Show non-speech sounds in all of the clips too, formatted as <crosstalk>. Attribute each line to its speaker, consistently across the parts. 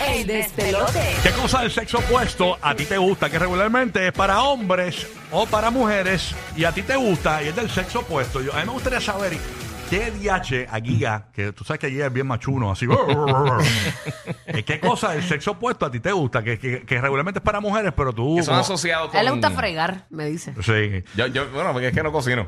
Speaker 1: ¡Ey, despelote!
Speaker 2: ¿Qué cosa del sexo opuesto a ti te gusta? Que regularmente es para hombres o para mujeres y a ti te gusta y es del sexo opuesto. Yo, a mí me gustaría saber qué DH a Giga, que tú sabes que Giga es bien machuno, así. <laughs> Eh, ¿Qué cosa del sexo opuesto a ti te gusta? Que, que- que regularmente es para mujeres, pero tú...
Speaker 3: Que son
Speaker 2: como-
Speaker 3: asociados con.
Speaker 1: A él le gusta fregar, me dice.
Speaker 2: sí.
Speaker 3: Yo, yo, bueno, porque es que no <laughs> cocino.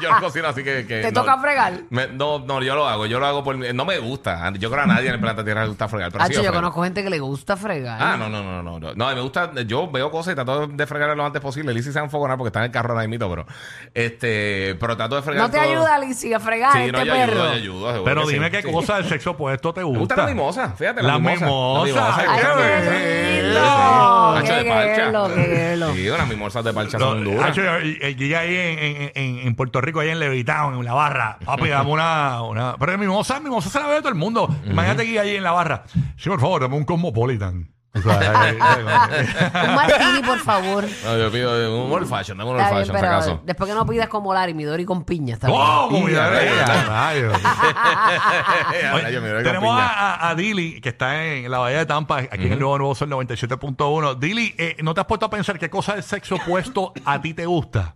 Speaker 3: yo no cocino, así que. que
Speaker 1: ¿Te
Speaker 3: no.
Speaker 1: toca fregar?
Speaker 3: Me- no, no, yo lo hago. Yo lo hago por. No me gusta. Yo creo a nadie en el planeta Tierra le gusta fregar. Pero
Speaker 1: Ah,
Speaker 3: sí
Speaker 1: yo
Speaker 3: frego.
Speaker 1: conozco gente que le gusta fregar.
Speaker 3: Ah, no, no, no, no, no. No, me gusta, yo veo cosas y trato de fregarlas lo antes posible. Lizzy se va a enfogonar porque está en el carro ahora mismo, pero este, pero trato de fregar.
Speaker 1: No te
Speaker 3: todo.
Speaker 1: ayuda, Alicia, a fregar
Speaker 3: Sí,
Speaker 1: este
Speaker 3: no, yo
Speaker 1: perro.
Speaker 3: ayudo, yo ayudo. seguro
Speaker 2: Pero
Speaker 3: que
Speaker 2: dime
Speaker 3: sí.
Speaker 2: qué
Speaker 3: Sí.
Speaker 2: cosa del sexo opuesto te gusta.
Speaker 3: Me gusta la mimosa, fíjate, la,
Speaker 2: La
Speaker 3: mimosa.
Speaker 2: mimosa.
Speaker 3: La mimosa.
Speaker 2: Ay,
Speaker 3: Sí,
Speaker 2: qué
Speaker 3: sí,
Speaker 2: lindo.
Speaker 3: sí. Hacho
Speaker 1: Qué
Speaker 3: de parcha.
Speaker 1: guerlo, qué guerlo.
Speaker 3: Sí, unas mimosas de parcha
Speaker 2: No,
Speaker 3: son duras.
Speaker 2: hacho, el- el Giga eh, ahí en, en- en- en Puerto Rico, ahí en Levitown, en la barra. <laughs> Papi, dame una, una- Pero mi moza, mi moza se la bebe todo el mundo. Imagínate que ahí en la barra. Sí, por favor, dame un Cosmopolitan. O <laughs> sea, eh, eh, eh,
Speaker 1: Un martini, por
Speaker 3: <laughs>
Speaker 1: favor.
Speaker 3: No, yo pido un old fashion, dame un old
Speaker 1: Está bien,
Speaker 3: fashion, si
Speaker 1: pero
Speaker 3: acaso.
Speaker 1: después que no pidas como Larry, Midori con piña, está bien.
Speaker 2: ¡Oh, comida
Speaker 3: Ya,
Speaker 2: rica!
Speaker 3: ya.
Speaker 2: Rayos. Oye,
Speaker 1: Ah.
Speaker 3: <laughs> Ahora yo me doy con
Speaker 2: tenemos
Speaker 3: piña.
Speaker 2: a, a- a Dili, que está en la Bahía de Tampa, aquí en el Nuevo Nuevo Sol 97.1. Dili, eh, ¿no te has puesto a pensar qué cosa del sexo opuesto a ti te gusta?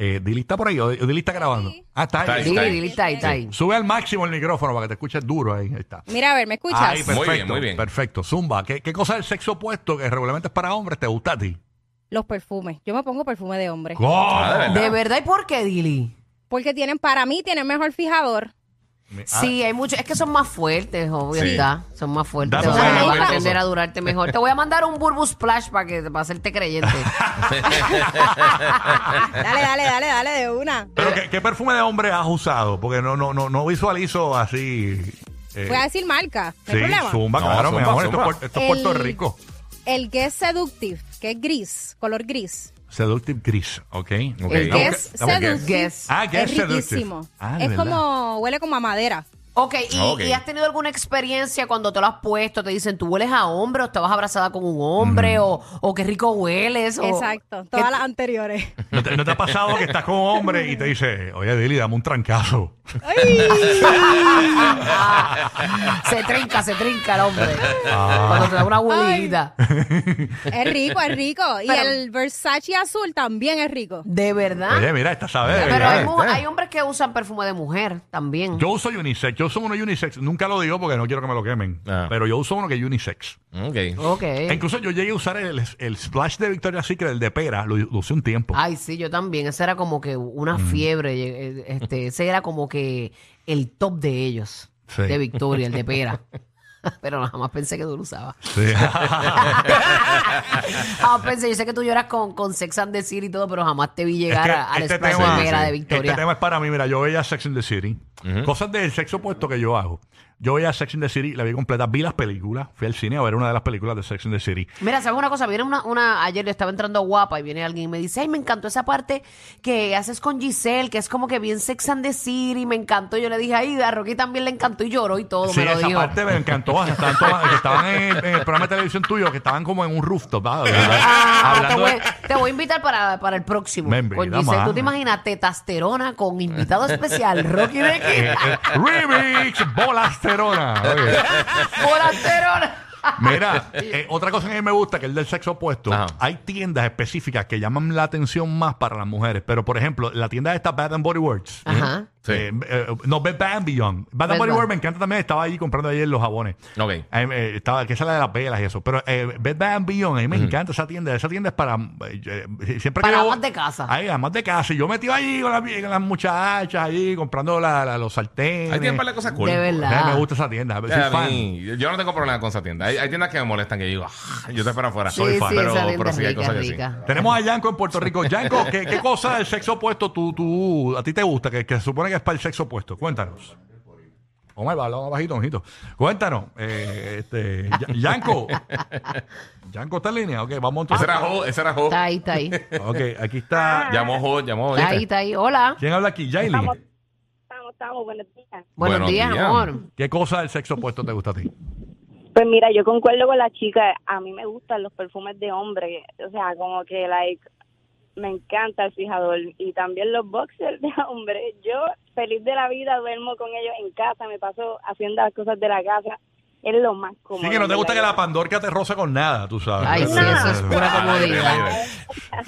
Speaker 2: Eh, Dili está por ahí, o- o Dili está grabando. Ah, está
Speaker 3: Está
Speaker 2: ahí.
Speaker 3: <laughs> ahí,
Speaker 1: Dili,
Speaker 3: está ahí.
Speaker 1: dili, está ahí, está ahí.
Speaker 2: Sube al máximo el micrófono para que te escuches duro ahí. Ahí está.
Speaker 4: Mira, a ver, ¿me escuchas?
Speaker 2: Ahí,
Speaker 3: Muy
Speaker 2: perfecto,
Speaker 3: bien, muy bien.
Speaker 2: perfecto. Zumba, ¿qué, qué cosa del sexo opuesto que regularmente es para hombres te gusta a ti?
Speaker 4: Los perfumes. Yo me pongo perfume de hombre.
Speaker 3: Ah, de
Speaker 1: ¿De verdad y por qué, Dili?
Speaker 4: Porque tienen, para mí, tienen mejor fijador.
Speaker 1: Sí, hay muchos. Es que son más fuertes, obvio,
Speaker 3: Ah. Sí.
Speaker 1: ¿verdad? Son más fuertes.
Speaker 2: Dame
Speaker 1: Te
Speaker 2: un
Speaker 1: van a-
Speaker 3: momento.
Speaker 1: van a aprender a durarte mejor. Te voy a mandar un Burbu Splash para, que, para hacerte creyente.
Speaker 3: <laughs>
Speaker 4: Ah,
Speaker 2: <laughs>
Speaker 4: Dale, dale, dale, dale, de una.
Speaker 2: ah, Pero ¿qué, qué perfume de hombre has usado? Porque no, no, no, no visualizo así. eh,
Speaker 4: Voy a decir marca. No
Speaker 2: sí,
Speaker 4: hay Pues, problema.
Speaker 2: zumba,
Speaker 3: No,
Speaker 2: claro,
Speaker 3: zumba,
Speaker 2: mi amor. Esto,
Speaker 3: zumba.
Speaker 2: es Puer- esto es Puerto
Speaker 4: El-
Speaker 2: Rico.
Speaker 4: El que es seductive, que es gris, color gris.
Speaker 2: Seductive Gris, ¿ok?
Speaker 3: Ok.
Speaker 1: El
Speaker 4: Que
Speaker 2: Estamos-
Speaker 4: es
Speaker 2: estamos-
Speaker 4: seductive.
Speaker 1: Guess.
Speaker 2: Ah, que es
Speaker 4: es
Speaker 2: seductive.
Speaker 4: riquísimo.
Speaker 2: Ah, de
Speaker 4: es
Speaker 2: verdad.
Speaker 4: como, huele como a madera.
Speaker 1: Ok,
Speaker 2: Ah,
Speaker 1: y,
Speaker 3: Ok.
Speaker 1: y has tenido alguna experiencia cuando te lo has puesto? Te dicen, tú hueles a hombre o estabas abrazada con un hombre o, o qué rico hueles. o-
Speaker 4: Exacto.
Speaker 1: ¿Qué-
Speaker 4: Todas las anteriores.
Speaker 2: ¿No te, no te ha pasado que estás con un hombre y te dice, oye, Dili, dame un trancazo?
Speaker 1: <laughs> Ah, se trinca, se trinca el hombre.
Speaker 2: Ah.
Speaker 1: Cuando te da una huelita.
Speaker 4: es rico, es rico. y
Speaker 1: Pero-
Speaker 4: el Versace azul también es rico.
Speaker 1: De
Speaker 4: Ah.
Speaker 1: verdad.
Speaker 2: <laughs> Oye, mira, esta sabe. de
Speaker 1: Pero
Speaker 2: verdad.
Speaker 1: hay, mu-
Speaker 3: ¿viste?
Speaker 1: hay hombres que usan perfume de mujer también.
Speaker 2: Yo uso unisex. Yo uso uno unisex. Nunca lo digo porque no quiero que me lo quemen.
Speaker 3: Ah.
Speaker 2: Pero yo uso uno que es unisex.
Speaker 3: Ok.
Speaker 1: ok.
Speaker 2: E Incluso yo llegué a usar el, el splash de Victoria Secret, el de pera, lo, lo usé un tiempo.
Speaker 1: Ay, sí, yo también. Esa era como que una fiebre. eh, eh, Este, ese era como que el top de ellos.
Speaker 2: Sí.
Speaker 1: De Victoria, el de
Speaker 2: <laughs>
Speaker 1: pera. Pero jamás pensé que tú lo usabas. <laughs>
Speaker 2: Sí.
Speaker 1: jamás pensé, yo sé pues que tú lloras con, con Sex and the City y todo, pero jamás te vi llegar
Speaker 2: Es que
Speaker 1: a- al
Speaker 2: este
Speaker 1: splash de pera
Speaker 2: sí,
Speaker 1: de Victoria.
Speaker 2: Este tema es para mí. Mira, yo veía Sex in the City. Cosas del sexo opuesto que yo hago. Yo veía Sex in the City, la vi completa. Vi las películas. Fui al cine a ver una de las películas de Sex in the City.
Speaker 1: Mira, ¿sabes una cosa? Viene una, una, ayer yo estaba entrando a guapa y viene alguien y me dice, ay, me encantó esa parte que haces con Giselle, que es como que bien sex and the city, me encantó. Yo le dije, ay, a Rocky también le encantó y lloró y todo, Oh,
Speaker 2: Sí,
Speaker 1: me lo
Speaker 2: esa
Speaker 1: dijo.
Speaker 2: parte me encantó. Estaban, todas- que estaban en, en el programa de televisión tuyo, que estaban como en un rooftop. ¿verdad?
Speaker 1: <laughs> Ah, te,
Speaker 2: Hablando de-
Speaker 1: voy, te voy a invitar para, para el próximo.
Speaker 2: Me
Speaker 1: Con
Speaker 2: invita,
Speaker 1: Giselle,
Speaker 2: mano.
Speaker 1: ¿tú te imaginas tetasterona con invitado especial, Rocky de
Speaker 2: Eh,
Speaker 1: aquí?
Speaker 2: eh, <laughs> Remix Bolasterona. Oye,
Speaker 1: ¡Volasterona!
Speaker 2: Mira, eh, otra cosa que a mí me gusta, que es del sexo opuesto,
Speaker 3: Ajá.
Speaker 2: hay tiendas específicas que llaman la atención más para las mujeres. Pero, por ejemplo, la tienda esta Bad and Body Works.
Speaker 1: Ajá.
Speaker 3: Sí.
Speaker 2: Eh, eh, no, Bed Bath and Beyond. Bad
Speaker 1: Bed
Speaker 2: and Body
Speaker 1: Bath.
Speaker 2: Works me encanta también. Estaba ahí comprando ayer los jabones.
Speaker 3: Ok.
Speaker 2: Eh, eh, estaba, que esa es la de las velas y eso. Pero eh, Bed Bath and Beyond, a mí me encanta esa tienda. Esa tienda es para. eh, eh, siempre
Speaker 1: Para
Speaker 2: que yo-
Speaker 1: amas de casa.
Speaker 2: Ay, amas de casa. Y yo metido ahí con, las vie- con las muchachas, ahí comprando la- la- los sartenes.
Speaker 3: Hay tiempo para cosas cool.
Speaker 1: De
Speaker 2: Eh,
Speaker 1: verdad.
Speaker 2: me gusta esa tienda. Soy
Speaker 3: Eh, a
Speaker 2: fan.
Speaker 3: mí, yo no tengo problema con esa tienda. Hay, hay tiendas que me molestan que digo, "Ah, yo te espero afuera.
Speaker 1: Sí, sí,
Speaker 3: pero,
Speaker 1: esa
Speaker 3: pero
Speaker 1: linda
Speaker 3: sí hay
Speaker 1: rica,
Speaker 3: cosas que sí.
Speaker 1: rica.
Speaker 2: Tenemos a Yanko en Puerto Rico. Yanko, ¿qué, qué cosa del sexo opuesto tú, tú, a ti te gusta? Que, que se supone que es para el sexo opuesto. Cuéntanos. Oh, Omar, balón abajito, ojito. Cuéntanos. eh, este, Ya- Yanko. Yanko está en línea. Ok, vamos
Speaker 3: Ese
Speaker 2: entonces.
Speaker 3: era Jo, ese era Jo.
Speaker 1: Está ahí, está
Speaker 2: <laughs>
Speaker 1: ahí.
Speaker 2: Ok, aquí está.
Speaker 3: Llamó Jo, llamó.
Speaker 1: Está ahí,
Speaker 3: ¿viste?
Speaker 1: está ahí. Hola.
Speaker 2: ¿Quién habla aquí? Jaili.
Speaker 5: Estamos, estamos, buenos días.
Speaker 1: Buenos,
Speaker 3: Buenos
Speaker 1: días,
Speaker 3: días.
Speaker 1: amor.
Speaker 2: ¿Qué cosa del sexo opuesto te gusta a ti?
Speaker 5: Pues mira, yo concuerdo con la chica. A mí me gustan los perfumes de hombre. O sea, como que, like, me encanta el fijador. Y también los boxers de hombre. Yo, feliz de la vida, duermo con ellos en casa. Me paso haciendo las cosas de la casa. es lo más cómodo.
Speaker 2: Sí, que no te
Speaker 5: en
Speaker 2: gusta que
Speaker 5: verdad.
Speaker 2: la pandorca te roce con nada, tú sabes.
Speaker 1: Ay, sí, eso es pura comodidad.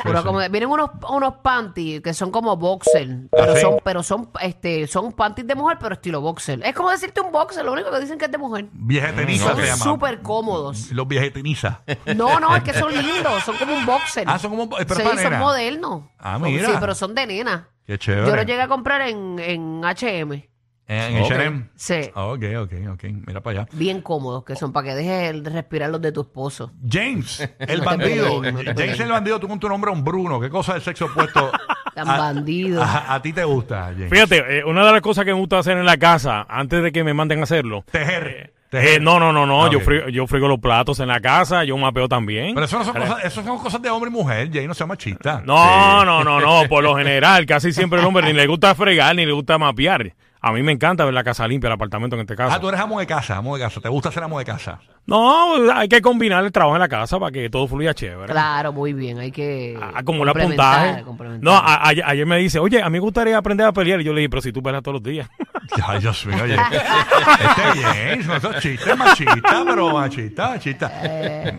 Speaker 1: Pero
Speaker 2: Sí,
Speaker 1: como
Speaker 2: sí.
Speaker 1: vienen unos, unos panties que son como boxer, pero
Speaker 2: ¿Ah, sí.
Speaker 1: son, pero son, este, son panties de mujer, pero estilo boxer. Es como decirte un boxer, lo único que dicen que es de mujer.
Speaker 2: Viejeteniza
Speaker 1: Son
Speaker 2: se llama.
Speaker 1: Mm, súper cómodos.
Speaker 2: Los viejeteniza.
Speaker 1: No, no, es que son lindos, son como un boxer.
Speaker 2: Ah, son como un bo- eh, pero
Speaker 1: Sí,
Speaker 2: para
Speaker 1: son
Speaker 2: nena.
Speaker 1: modernos.
Speaker 2: Ah,
Speaker 1: Son-
Speaker 2: mira.
Speaker 1: Sí, pero son de nena.
Speaker 2: Qué
Speaker 1: Yo los
Speaker 2: chévere.
Speaker 1: llegué a comprar en, en HM.
Speaker 2: En el
Speaker 3: Ok.
Speaker 2: H&M.
Speaker 1: Sí.
Speaker 2: Ah, Ok, ok, ok. Mira para allá.
Speaker 1: Bien cómodos que son, para que dejes el- respirar los de tu esposo.
Speaker 6: <laughs>
Speaker 2: James, el
Speaker 1: te
Speaker 2: bandido.
Speaker 1: peleen, no te
Speaker 2: James,
Speaker 1: peleen.
Speaker 2: el bandido, tú con tu nombre a un Bruno. ¿Qué cosa del sexo opuesto
Speaker 1: Tan
Speaker 2: a-
Speaker 1: bandido.
Speaker 2: a- a ti te gusta, James?
Speaker 6: Fíjate, eh, una de las cosas que me gusta hacer en la casa, antes de que me manden a hacerlo.
Speaker 2: Tejer.
Speaker 6: eh,
Speaker 2: tejer.
Speaker 6: no, no, no, no.
Speaker 2: Ah,
Speaker 6: yo,
Speaker 2: ok.
Speaker 6: frigo, yo frigo los platos en la casa, yo mapeo también.
Speaker 2: Pero eso, no son cosas, eso son cosas de hombre y mujer, Jay, no sea machista.
Speaker 6: eh. No, no, no, no. Por lo general, casi siempre el hombre ni le gusta fregar ni le gusta mapear. A mí me encanta ver la casa limpia, el apartamento en este caso.
Speaker 2: Ah, tú eres amo de casa, amo de casa. ¿Te gusta ser amo de casa?
Speaker 6: No, hay que combinar el trabajo en la casa para que todo fluya chévere.
Speaker 1: Claro, muy bien, hay que
Speaker 6: A- Acumular
Speaker 1: complementar,
Speaker 6: puntaje.
Speaker 1: complementar.
Speaker 6: ¿eh? No, ah, a- ayer, ayer me dice, oye, a mí me gustaría aprender a pelear. Y yo le dije, pero si tú peleas todos los días. <laughs>
Speaker 2: Ay, Dios
Speaker 1: <laughs>
Speaker 2: mío, oye. Este James, no son chistes machista, pero machista,
Speaker 1: Eh.
Speaker 2: machista.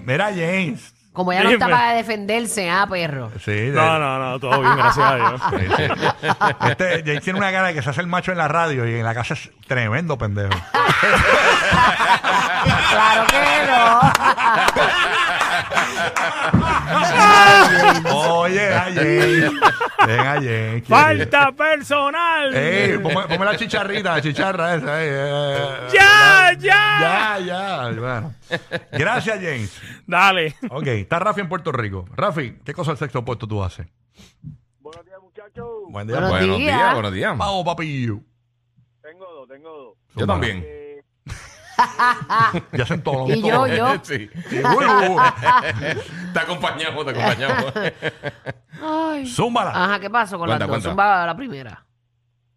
Speaker 2: Mira, James.
Speaker 1: Como ya no está
Speaker 6: Dime.
Speaker 1: para defenderse, ah, perro.
Speaker 2: Sí, de-
Speaker 6: no, no, no, todo bien, gracias a Dios.
Speaker 2: sí, sí. <laughs> Este James tiene una cara de que se hace el macho en la radio y en la casa es tremendo pendejo.
Speaker 3: <laughs>
Speaker 1: claro que no.
Speaker 2: Oye, a James. Ven a James.
Speaker 6: ¡Falta personal!
Speaker 2: Ey, ponme, ponme la chicharrita, la chicharra esa. ey, eh, eh,
Speaker 6: ¡Ya,
Speaker 2: Ya,
Speaker 6: ya!
Speaker 2: ya. Bueno. Gracias, James.
Speaker 6: Dale.
Speaker 2: Ok, está Rafi en Puerto Rico. Rafi, ¿qué cosa del sexo opuesto tú haces?
Speaker 7: Buenos días, muchachos.
Speaker 2: Buen
Speaker 1: Buenos
Speaker 2: pues.
Speaker 3: Buenos
Speaker 1: días.
Speaker 3: días, buenos días.
Speaker 2: Vamos, papi.
Speaker 7: Tengo dos, tengo dos.
Speaker 3: Yo también.
Speaker 7: Eh,
Speaker 2: Ya hacen todos los
Speaker 1: Y yo, yo.
Speaker 3: <laughs> Sí.
Speaker 2: Bueno,
Speaker 3: <laughs> Te acompañamos,
Speaker 1: <laughs>
Speaker 3: te acompañamos.
Speaker 1: Ay.
Speaker 2: zúmbala.
Speaker 1: Ajá, ¿qué pasó con
Speaker 3: Cuenta,
Speaker 1: la dos?
Speaker 3: cuenta.
Speaker 1: Zumba la primera.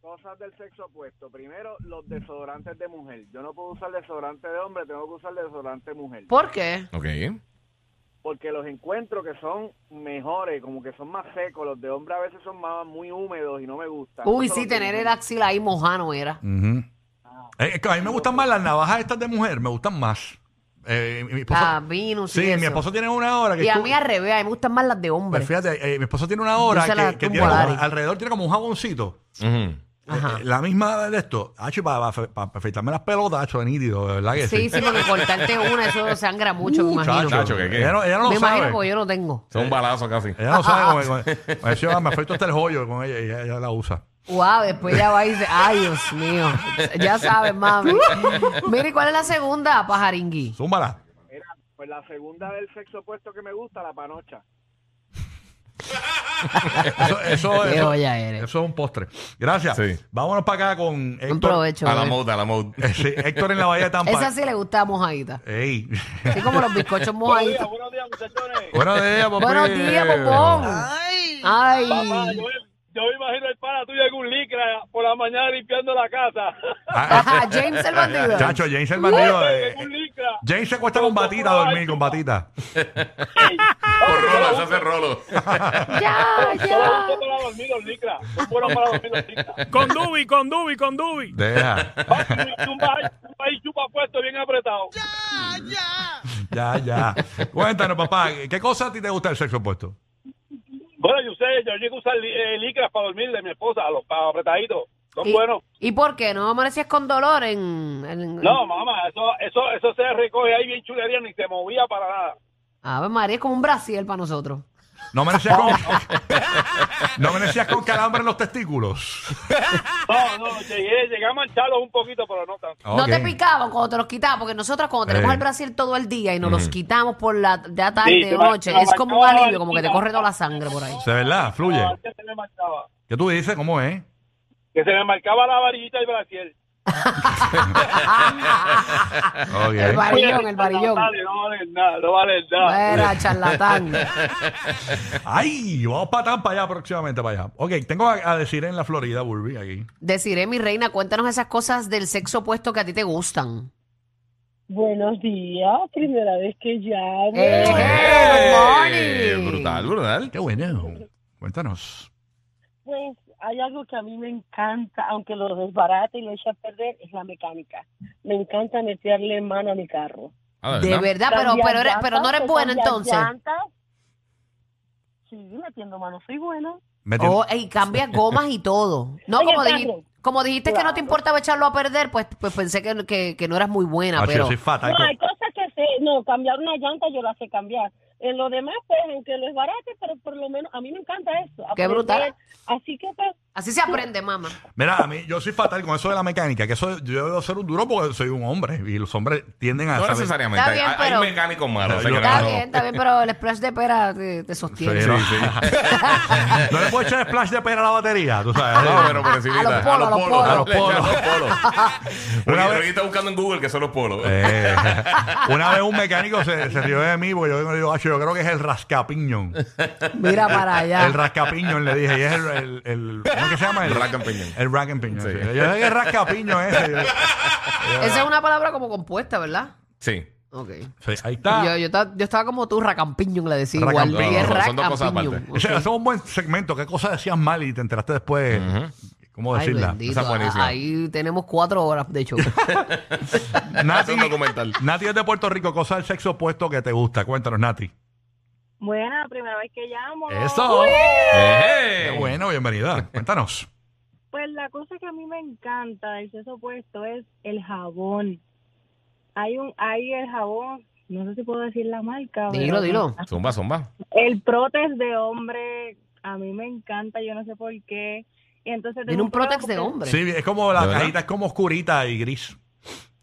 Speaker 7: cosas del sexo opuesto. Primero, los desodorantes de mujer. Yo no puedo usar desodorante de hombre, tengo que usar desodorante de mujer.
Speaker 1: ¿Por qué?
Speaker 3: ok.
Speaker 7: Porque los encuentro que son mejores, como que son más secos. Los de hombre a veces son más muy húmedos y no me gustan.
Speaker 1: Uy,
Speaker 7: Eso
Speaker 1: sí,
Speaker 7: los de
Speaker 1: tener
Speaker 7: mujer.
Speaker 1: el axila ahí mojano era.
Speaker 2: Ujú. Eh, es que a mí me gustan más las navajas estas de mujer, me gustan más. Eh, mi esposo,
Speaker 1: Ah, Venus y
Speaker 2: sí, mi
Speaker 1: eso.
Speaker 2: esposo tiene una hora que
Speaker 1: Y a
Speaker 2: tú-
Speaker 1: mí al revés, a mí me gustan más las de
Speaker 2: Pues
Speaker 1: hombre.
Speaker 2: fíjate, eh, mi esposo tiene una hora
Speaker 1: Yo se la
Speaker 2: que, que
Speaker 1: tumbo
Speaker 2: tiene
Speaker 1: a
Speaker 2: como-
Speaker 1: Dari.
Speaker 2: alrededor tiene como un jaboncito.
Speaker 3: Ujú.
Speaker 1: Ajá.
Speaker 2: Eh, La misma de esto, para afeitarme las pelotas, hacho, de nítido, de verdad que
Speaker 1: Sí, sí, porque cortarte una, eso sangra mucho, me imagino.
Speaker 3: chacho, que-
Speaker 2: Ella no, ella no
Speaker 1: me
Speaker 2: lo sabe.
Speaker 1: imagino porque yo no tengo.
Speaker 3: Es un balazo casi.
Speaker 2: Ella
Speaker 1: <laughs>
Speaker 2: no sabe. con- con- con eso, "Ah, me afecto hasta el joyo con ella. Ella, ella la usa.
Speaker 1: Wow, después ya va y dice, ay, Dios mío. Ya sabes, mami. Mira, ¿y cuál es la segunda, pajaringui? <laughs>
Speaker 2: Zúmbala.
Speaker 7: Era, pues la segunda del sexo opuesto que me gusta, la panocha.
Speaker 2: Eso, eso,
Speaker 1: Qué
Speaker 2: eso-
Speaker 1: joya eres.
Speaker 2: eso es un postre. Gracias.
Speaker 3: Sí.
Speaker 2: Vámonos para acá con Héctor.
Speaker 1: Un provecho.
Speaker 3: A la
Speaker 1: eh.
Speaker 3: moda, a la moda.
Speaker 2: Eh, sí, Héctor en la Bahía de Tampa.
Speaker 1: Esa sí le gusta mojadita.
Speaker 2: Ey. <laughs>
Speaker 1: Así como los bizcochos mojaditos.
Speaker 7: buenos días, muchachones.
Speaker 2: Buenos días, papá.
Speaker 1: Buenos días, bombón. Ay.
Speaker 7: yo me imagino el pana tuyo en un licra por la mañana limpiando la casa. <laughs>
Speaker 1: Ajá, James el bandido.
Speaker 2: Ah, Chacho, James el bandido. eh, eh,
Speaker 7: licra.
Speaker 2: James se cuesta con batita a dormir, con batita.
Speaker 3: Por rolo, eso hace rolo.
Speaker 1: Ya, ya.
Speaker 7: para dormir los licras. Son buenos para dormir los licras.
Speaker 6: Con Dubi, con Dubi, con Dubi.
Speaker 2: Deja.
Speaker 7: un país chupa puesto bien apretado.
Speaker 2: Ya, ya. Cuéntanos, papá. ¿Qué cosa a ti te gusta del sexo opuesto?
Speaker 7: Bueno, yo sé, yo llego a usar li- eh, licras para dormir de mi esposa, a los para apretaditos. Son
Speaker 1: ¿Y,
Speaker 7: buenos.
Speaker 1: ¿Y por qué? ¿No amanecías con dolor en...? en-
Speaker 7: No, mamá, eso, eso, eso se recoge ahí bien chulería, ni se movía para nada.
Speaker 1: A ver, María, es como un brasier para nosotros.
Speaker 2: No me decías con, <laughs> no me decías con calambre en los testículos.
Speaker 7: No, no, llegué, llegué a mancharlos un poquito, pero no tanto.
Speaker 1: No te
Speaker 2: Ok.
Speaker 1: picaban cuando te los quitaban, porque nosotros cuando tenemos
Speaker 2: Eh.
Speaker 1: el brasier todo el día y nos los quitamos por la ya tarde,
Speaker 7: Sí, te va-
Speaker 1: noche,
Speaker 7: te va
Speaker 1: es como un
Speaker 7: marcando la
Speaker 1: alivio, como que te
Speaker 7: barriga.
Speaker 1: corre toda la sangre por ahí.
Speaker 2: Sí, verdad, fluye.
Speaker 7: No, antes se me marcaba.
Speaker 2: ¿Qué tú dices? ¿Cómo es?
Speaker 7: Que se me marcaba la varillita y brasier.
Speaker 2: Ok.
Speaker 1: El varillón, el varillón.
Speaker 7: No vale, no vale nada, no vale nada.
Speaker 1: Era charlatán.
Speaker 7: <laughs>
Speaker 2: Ay, vamos para Tampa allá próximamente para allá. Ok, tengo a, a decir en la Florida, Burby, aquí.
Speaker 1: Deciré, mi reina, cuéntanos esas cosas del sexo opuesto que a ti te gustan.
Speaker 8: Buenos días, primera vez que llamo.
Speaker 1: Eh,
Speaker 3: Eh,
Speaker 1: good morning.
Speaker 3: Brutal, brutal.
Speaker 2: Qué bueno. Cuéntanos.
Speaker 8: Pues hay algo que a mí me encanta, aunque lo desbarate y lo eche a perder, es la mecánica. Me encanta meterle mano a mi carro.
Speaker 3: Ah,
Speaker 1: De verdad, pero,
Speaker 8: Cambiar
Speaker 1: pero, eres- pero no
Speaker 8: llantas,
Speaker 1: eres buena
Speaker 8: cambiar
Speaker 1: entonces.
Speaker 8: llantas. Sí, metiendo mano, soy buena.
Speaker 2: Me tiene-
Speaker 1: Oh, y cambia gomas y todo. No,
Speaker 8: Oye,
Speaker 1: como, dijiste,
Speaker 8: Carlos.
Speaker 1: como dijiste que no te
Speaker 8: Claro.
Speaker 1: importaba echarlo a perder, pues, pues pensé que, que, que no eras muy buena,
Speaker 2: Hacho,
Speaker 1: pero...
Speaker 2: Ah, yo soy fatal.
Speaker 8: No,
Speaker 2: con-
Speaker 8: hay cosas que sé, no, cambiar una llanta yo la sé cambiar. En lo demás, pues, aunque lo es barato, pero por lo menos a mí me encanta eso.
Speaker 1: Qué brutal.
Speaker 8: aprender. Así que, pues,
Speaker 1: Así se aprende, mamá.
Speaker 2: Mira, a mí, yo soy fatal con eso de la mecánica, que eso yo debo ser un duro porque soy un hombre y los hombres tienden a
Speaker 3: No
Speaker 2: saber-
Speaker 3: necesariamente.
Speaker 1: Está bien,
Speaker 3: hay, hay
Speaker 1: pero-
Speaker 3: mecánicos malos. o sea
Speaker 2: Yo-
Speaker 3: que
Speaker 1: Está
Speaker 3: no-
Speaker 1: bien, está bien, pero el splash de pera te, te
Speaker 2: Sí,
Speaker 1: sostiene.
Speaker 2: ¿no? <laughs> no le puedo echar splash de pera a la batería, tú sabes.
Speaker 3: No, pero por encimita.
Speaker 1: A los polos, a los polos.
Speaker 2: A los polos.
Speaker 3: A los polos. <laughs>
Speaker 2: Una
Speaker 3: Rocky-
Speaker 2: vez-
Speaker 3: Rocky está buscando en Google que son los polos.
Speaker 2: <laughs> Eh, una vez un mecánico se, se rió de mí porque yo le digo, "Acho, yo creo que es el rascapiñón.
Speaker 1: Mira para allá.
Speaker 2: El rascapiñón le dije, y es el, el, el- ¿cómo es que se llama? El
Speaker 3: Rascapiñón.
Speaker 2: El rascapiñón.
Speaker 3: Sí.
Speaker 2: sí. Yo dije, "¿Qué rascapiñón es
Speaker 1: <laughs>
Speaker 2: ese.
Speaker 1: Esa es una palabra como compuesta, ¿verdad?
Speaker 3: Sí.
Speaker 1: Ok.
Speaker 2: Sí, ahí está.
Speaker 1: Yo, yo, ta- yo estaba como tú, racampiñón, le decía igual.
Speaker 2: Racampiñón.
Speaker 1: Miguel
Speaker 3: No, no, son dos cosas
Speaker 1: Racampiñón.
Speaker 3: aparte.
Speaker 1: Ok.
Speaker 2: Ese- ese es un buen segmento. ¿Qué cosas decías mal y te enteraste después? ¿Cómo
Speaker 1: Ay,
Speaker 2: decirla?
Speaker 1: bendito.
Speaker 3: Esa es buenísima.
Speaker 1: Ahí tenemos cuatro horas de show.
Speaker 3: Hace
Speaker 2: Nati,
Speaker 3: un documental.
Speaker 2: Nati es de Puerto Rico. Cosas del sexo opuesto que te gusta. Cuéntanos, Nati.
Speaker 8: bueno, la primera vez que llamo.
Speaker 2: Eso.
Speaker 3: Eh.
Speaker 2: Qué bueno,
Speaker 1: <laughs>
Speaker 2: bienvenida. Cuéntanos.
Speaker 8: Pues la cosa que a mí me encanta del sexo opuesto es el jabón. Hay un, hay el jabón, no sé si puedo decir la marca.
Speaker 1: dilo,
Speaker 8: pero-
Speaker 1: dilo.
Speaker 3: Zumba, zumba.
Speaker 8: El prótex de hombre, a mí me encanta, yo no sé por qué. Y entonces
Speaker 1: Tiene
Speaker 8: tengo
Speaker 1: un prótex de
Speaker 8: porque-
Speaker 1: hombre.
Speaker 2: Sí, es como la
Speaker 3: ¿De verdad?
Speaker 2: cajita, es como oscurita y gris.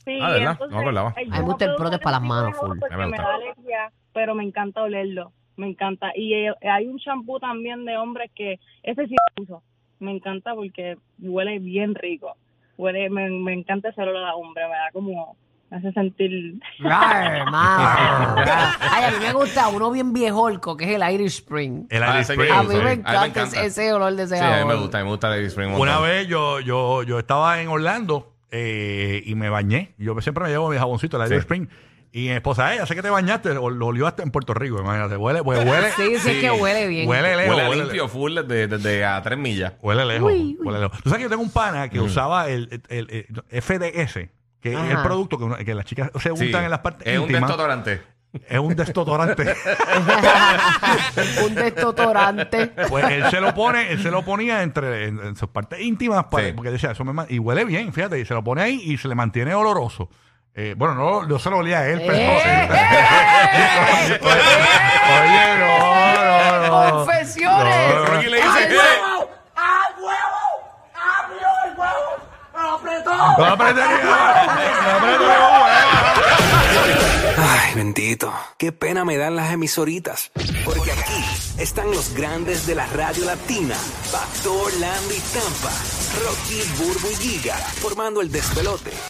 Speaker 8: Sí,
Speaker 3: Ah, ¿verdad?
Speaker 8: entonces,
Speaker 3: No me acordaba.
Speaker 8: eh, yo
Speaker 1: A mí me
Speaker 8: no
Speaker 1: gusta el
Speaker 8: puedo
Speaker 1: prótex
Speaker 8: usar
Speaker 1: para
Speaker 8: ese
Speaker 1: las manos,
Speaker 8: tipo de jabón
Speaker 1: full.
Speaker 8: porque
Speaker 3: Me
Speaker 8: Me,
Speaker 3: gusta.
Speaker 8: da alergia, pero me encanta olerlo, me encanta. Y eh, hay un champú también de hombres que ese sí lo uso. Me encanta porque huele bien rico. Huele, me, me encanta ese olor a hombre, me da como me hace sentir
Speaker 1: Rar, mano, rar. Ay, a mí me gusta uno bien viejolco, que es el Irish Spring.
Speaker 2: El
Speaker 3: Ah,
Speaker 2: Irish
Speaker 3: ese
Speaker 2: Spring.
Speaker 3: que-
Speaker 1: A mí
Speaker 3: sí.
Speaker 1: me
Speaker 3: A mí me
Speaker 1: encanta,
Speaker 3: encanta.
Speaker 1: ese olor de ese
Speaker 3: Sí, a mí me
Speaker 1: jabón.
Speaker 3: gusta, a mí me gusta David Spring. un
Speaker 2: Una
Speaker 3: montón.
Speaker 2: vez yo, yo, yo estaba en Orlando eh, y me bañé. Yo siempre me llevo mi jaboncito, la
Speaker 3: Sí.
Speaker 2: Irish Spring. Y mi esposa, ella, sé que te bañaste, o lo olió hasta en Puerto Rico, imagínate. Huele, pues huele,
Speaker 1: <laughs> Sí, sí, es que huele bien.
Speaker 2: huele lejos.
Speaker 3: Huele a
Speaker 2: huele
Speaker 3: limpio full desde desde a tres millas.
Speaker 2: Huele lejos. Huele lejos. Tú sabes que yo tengo un pana
Speaker 3: Mm.
Speaker 2: que usaba el, el- el- el FDS, que es el
Speaker 1: Ajá.
Speaker 2: producto que, uno- que las chicas se
Speaker 3: Sí.
Speaker 2: untan en las partes
Speaker 3: Es un
Speaker 2: íntimas.
Speaker 3: desodorante.
Speaker 2: es un desodorante.
Speaker 3: <laughs>
Speaker 1: un desodorante.
Speaker 2: pues él se lo pone, él se lo ponía entre en, en sus partes íntimas para-
Speaker 3: Sí.
Speaker 2: porque decía, eso me ma- y huele bien, fíjate, y se lo pone ahí y se le mantiene oloroso. Eh, bueno, no, no se lo olía a él, pero.
Speaker 1: ¡Eh!
Speaker 2: <laughs> Oye, oye, no, no, no.
Speaker 1: Confesiones.
Speaker 2: No, no.
Speaker 3: Rocky le dice, "Eh".
Speaker 2: No aprende
Speaker 1: <laughs>
Speaker 2: ni- no aprende ni-
Speaker 9: Ay, bendito. Qué pena me dan las emisoritas. Porque aquí están los grandes de la radio latina. Pastor, Orlando y Tampa. Rocky, Burbu y Giga. Formando el despelote.